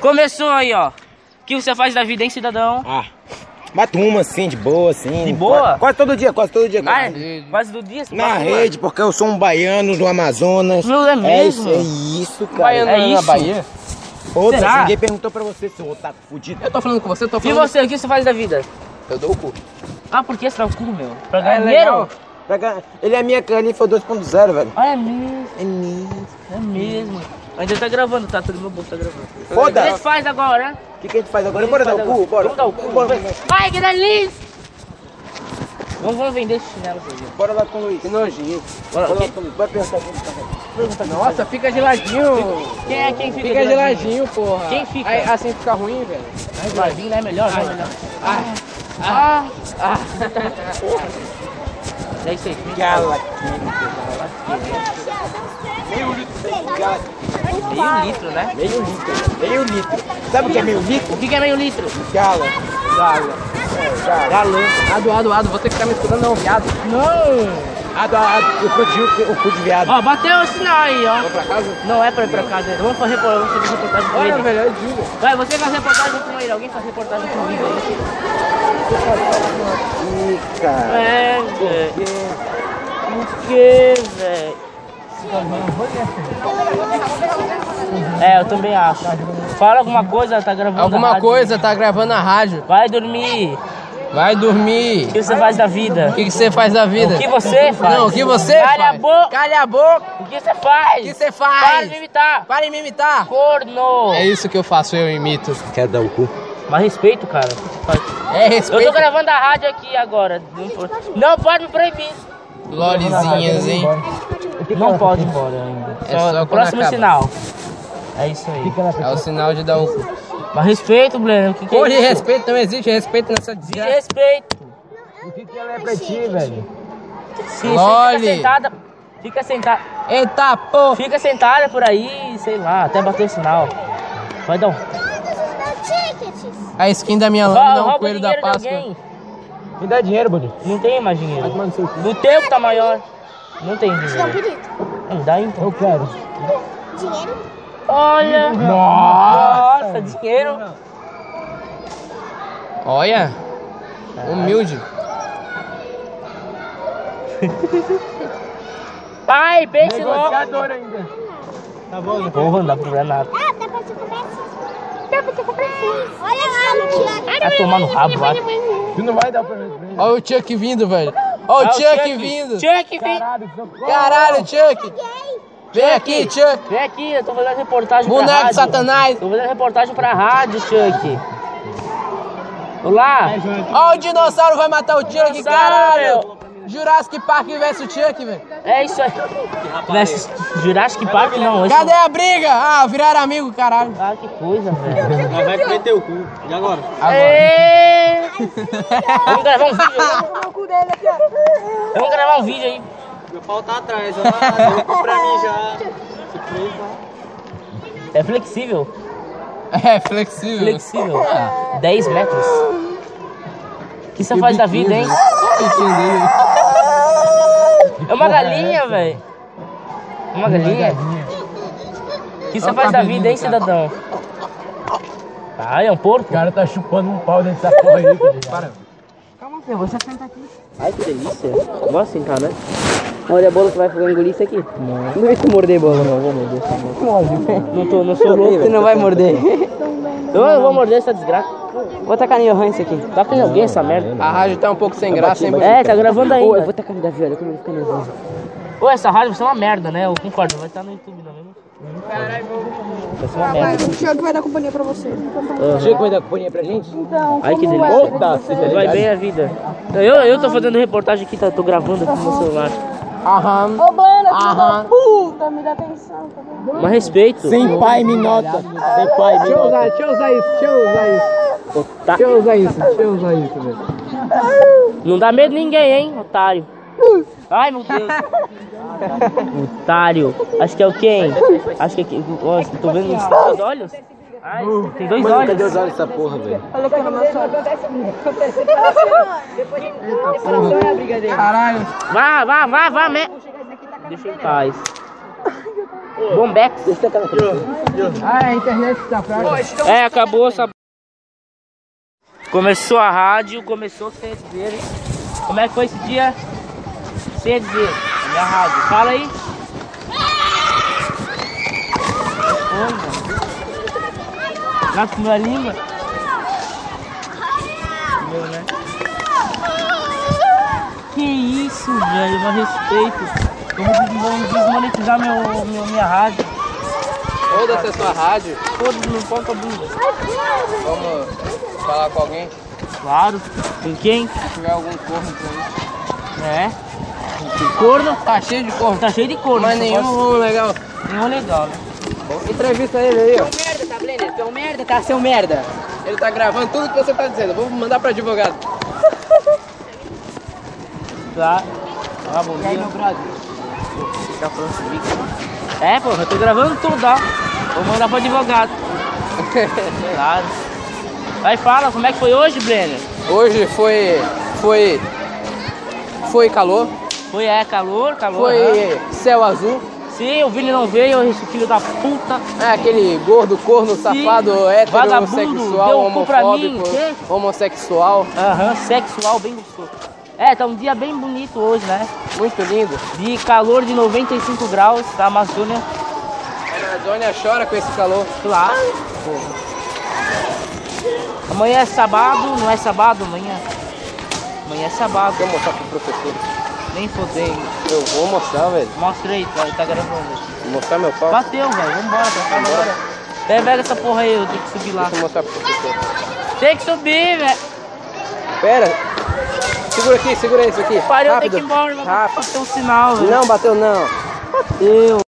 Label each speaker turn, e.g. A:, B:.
A: Começou aí, ó. O que você faz da vida, hein, cidadão?
B: Ah, mato uma assim, de boa, assim.
A: De boa?
B: Quase, quase todo dia, quase todo dia.
A: Ah,
B: quase.
A: quase do dia? você tá
B: Na
A: passa lá.
B: rede, porque eu sou um baiano do Amazonas.
A: Não é mesmo?
B: É isso, é isso cara.
C: Baiano
A: é
C: é
A: isso?
C: na Bahia?
B: Outra,
A: Será?
B: ninguém perguntou pra você, seu otaku fudido.
C: Eu tô falando com você, eu tô
A: E
C: falando.
A: você, o que você faz da vida?
C: Eu dou o cu.
A: Ah, por que será o cu, meu? Pra
C: É
A: ganhar
C: legal.
A: dinheiro?
B: Pra cá, Ele é a minha califa 2.0, velho.
A: Ah, é mesmo,
B: É nisso.
A: é mesmo. Ainda tá gravando, tá? Tudo meu bolso tá gravando. O que
B: Foda!
A: você faz agora, né?
B: O que, que a gente faz agora? Bora dar o cu, bora.
A: Vamos dar o cu,
B: Bora,
A: vem. Vai, que delícia! Vamos, vamos vender esses chinelos aí.
B: bora lá com o Luiz. Que nojinho.
A: Bora,
B: Bora lá
A: quem-
B: com o Luiz. Bora perguntar pra ele, tá bom?
C: Nossa, fica geladinho.
A: Quem é quem fica,
C: Fica geladinho, porra.
A: Quem fica?
C: Aí, assim fica ruim, velho.
A: Ai, Geladinho, né? Melhor, né? Melhor.
C: Ah,
A: É isso aí.
B: Gala química.
A: Meio litro, né?
B: Meio litro. Meio litro. Sabe o que é meio litro?
A: O que que é meio litro?
B: Gala. Gala. É, gala.
C: ado, ado, ado. Você que tá me escutando não, viado.
A: Não!
B: é um Ah, dá- ah, o cu de, o cu de viado.
A: Ó, bateu o sinal aí, ó.
C: Vou pra casa?
A: Não é pra ir pra casa, né? Vamos fazer, vamos fazer reportagem com
C: Olha,
A: ele.
C: velho, eu digo.
A: Vai, você faz reportagem com ele. Alguém faz reportagem comigo aí.
B: Ih, cara.
A: É, velho. Por que, velho? É, eu também acho. Fala alguma coisa, tá gravando. a
C: Alguma
A: rádio.
C: coisa, tá gravando a rádio.
A: Vai dormir.
C: Vai dormir.
A: O que você faz da vida?
C: O que que você faz da vida?
A: O que você faz?
C: Não, o que você
A: Cala
C: faz?
A: a boca.
C: Calha a boca.
A: O que você faz?
C: O que você
A: Para de
C: faz?
A: imitar.
C: Para de me imitar.
A: Corno.
C: É isso que eu faço, eu imito.
B: Quer dar o cu?
A: Mas respeito, cara.
C: É
A: Eu tô
C: respeito.
A: gravando a rádio aqui agora. Não pode, não pode me proibir.
C: Lorezinhas, hein?
A: Não pode ir embora ainda.
C: É só quando
A: próximo
C: acaba.
A: sinal. É isso aí.
C: É o sinal de dar o cu.
A: Mas respeito, Breno. O que, que
C: Pô, de
A: é isso?
C: respeito, não existe respeito nessa
A: De
C: desgraça.
A: respeito. Se
C: Loli.
A: fica sentada. Fica sentada.
C: Eita, pô.
A: Fica sentada por aí, sei lá, até bater o sinal. Vai dar um.
C: A skin da minha
A: Rou-
C: lâmina é um
A: rouba
C: coelho
A: o
C: da
A: dinheiro de
C: Páscoa.
A: alguém.
B: Me dá dinheiro, Bonito.
A: Não tem mais dinheiro. Do teu que tá maior. Não tem dinheiro. Não dá então.
B: Quero.
A: Olha! Nossa, dinheiro!
C: Olha. Humilde.
A: Pai, pense logo!
B: ainda.
A: Tá bom, não vou mandar pro Renato.
D: Ah, dá pra te conversar. Dá pra te conversar. Olha lá, mentira.
A: Vai tomar no rabo, vai.
B: Tu não vai dar o primeiro prêmio.
C: Olha o Chuck vindo, velho. Olha o Chuck vindo.
A: Ah, Chuck, vem!
C: Caralho, Chuck. Vem aqui, Chuck.
A: Vem aqui, eu tô fazendo reportagem pra
C: Boneco
A: rádio.
C: satanás.
A: Tô fazendo reportagem pra rádio, Chuck. Olá!
C: Ó, o dinossauro vai matar o Chuck,
A: Dinossauro,
C: caralho. Jurassic Park versus o Chuck, velho.
A: É isso aí. Versus Jurassic Park não, esse...
C: Cadê a briga? Ah, viraram amigo, caralho.
A: Ah, que coisa, velho.
B: Mas vai comer teu cu. E agora?
C: Agora.
A: Ê! Vamos gravar um vídeo aí. Vamos gravar um vídeo aí.
B: Meu pau tá atrás. Olha lá, pra mim já.
A: É flexível.
C: É, flexível.
A: Flexível. 10 metros. O que você faz da vida, hein? É uma galinha, velho. Uma galinha? O que você
C: Olha
A: faz
C: o
A: da
C: cabelinho,
A: vida, hein,
C: cara.
A: cidadão? Ah, é um porco?
B: cara tá chupando um pau dentro da porra aí.
C: Para.
A: Ai, que delícia. Vamos sentar, né? Olha a bola que vai engolir isso aqui. Não vai tu morder bola, não. Vou morder. Não tô, não sou louco.
C: Você não vai morder.
A: Eu não vou morder essa desgraça. Vou tacar em Johan isso aqui. Taca em alguém essa merda.
C: A rádio tá um pouco sem graça, hein,
A: É,
C: bonito?
A: tá gravando ainda.
E: Ou eu vou tacar no Davi, olha como eu vou ficar nervoso.
A: Ô, essa rádio vai ser uma merda, né? Eu concordo, vai estar no YouTube, não é mesmo? Vai ser uma merda.
F: O Thiago vai dar companhia pra você.
B: Chega vai dar companhia pra gente?
F: Então,
A: Ai, que delícia.
B: Puta, se tá
A: Vai
B: ligado?
A: bem a vida. Eu, eu tô fazendo reportagem aqui, tá, tô gravando aqui no meu celular.
C: Aham.
F: Ô, Blana, filho
C: Aham.
F: da puta, me dá atenção, tá vendo?
A: Mas respeito.
B: Sem pai me nota. Sem pai me nota.
C: Deixa eu usar isso, deixa eu usar isso.
A: Otá-
C: eu usar isso, deixa eu usar isso, velho.
A: Não dá medo de ninguém, hein, otário. Ai, meu Deus. otário. Acho que é o quem? Acho que é quem? Ó, tô vendo uns dois olhos. Ai, tem dois
B: Mano, cadê
A: olhos.
B: os olhos dessa porra, velho?
C: Caralho.
A: Vá, vá, vá, vá, me... Deixa eu em paz. Bombex.
G: Ah, é, a internet tá fraca.
A: É, acabou essa. Começou a rádio, começou sem dizer. Como é que foi esse dia? Sem dizer. A minha rádio. Fala aí. Responda. Gato com minha língua. Meu, né? Que isso, velho. Meu respeito. Como que vão desmonetizar meu, meu- minha rádio?
C: Foda-se a sua rádio.
A: Todos no ponto a bunda.
D: é,
C: Vamos falar com alguém. Se
A: Claro. Com quem?
C: tiver algum corno pra
A: É. Corno?
C: Tá cheio de corno.
A: Tá cheio de corno.
C: Mas
A: só
C: nenhum
A: pode-
C: legal.
A: Nenhum legal, né?
C: Entrevista ele aí, ó.
A: Merda, tá, Blender? Tu é um merda, tá? Seu merda.
C: Ele tá gravando tudo que você tá dizendo. Eu Vou mandar pra advogado.
A: Tá. Tá bom, E aí, meu brother? Tá falando comigo? É, porra, eu tô gravando tudo, ó. Vou mandar pro advogado. claro. Vai, fala, como é que foi hoje, Brenner?
C: Hoje foi. Foi. Foi calor.
A: Foi, é, calor, calor. aham.
C: Foi céu azul.
A: Sim, o Vini não veio, esse filho da puta.
C: É aquele gordo, corno, safado, hétero,
A: vagabundo,
C: sexual,
A: deu o cu pra mim,
C: homofóbico,
A: que?
C: homossexual.
A: Aham, sexual, bem gostoso. É, tá um dia bem bonito hoje, né?
C: Muito lindo.
A: De calor de 95 graus da Amazônia.
C: A Amazônia chora com esse calor.
A: Claro. Amanhã é sábado, não é sábado amanhã? Amanhã é sábado,
C: Vou mostrar pro professor.
A: nem fodendo.
C: Eu vou mostrar, velho.
A: Mostra aí, tá, tá gravando.
C: Vou mostrar meu pau.
A: Bateu, velho, vambora, pra cá agora. Pega pega essa porra aí, eu tenho que subir lá.
C: Deixa eu mostrar pro professor.
A: Tem que subir, velho.
C: Pera. Segura aqui, segura isso aqui.
A: Pariu, tem que
C: Rápido.
A: ir embora, mano.
C: Rápido.
A: Bateu um sinal, velho.
C: Não bateu, não.
A: bateu.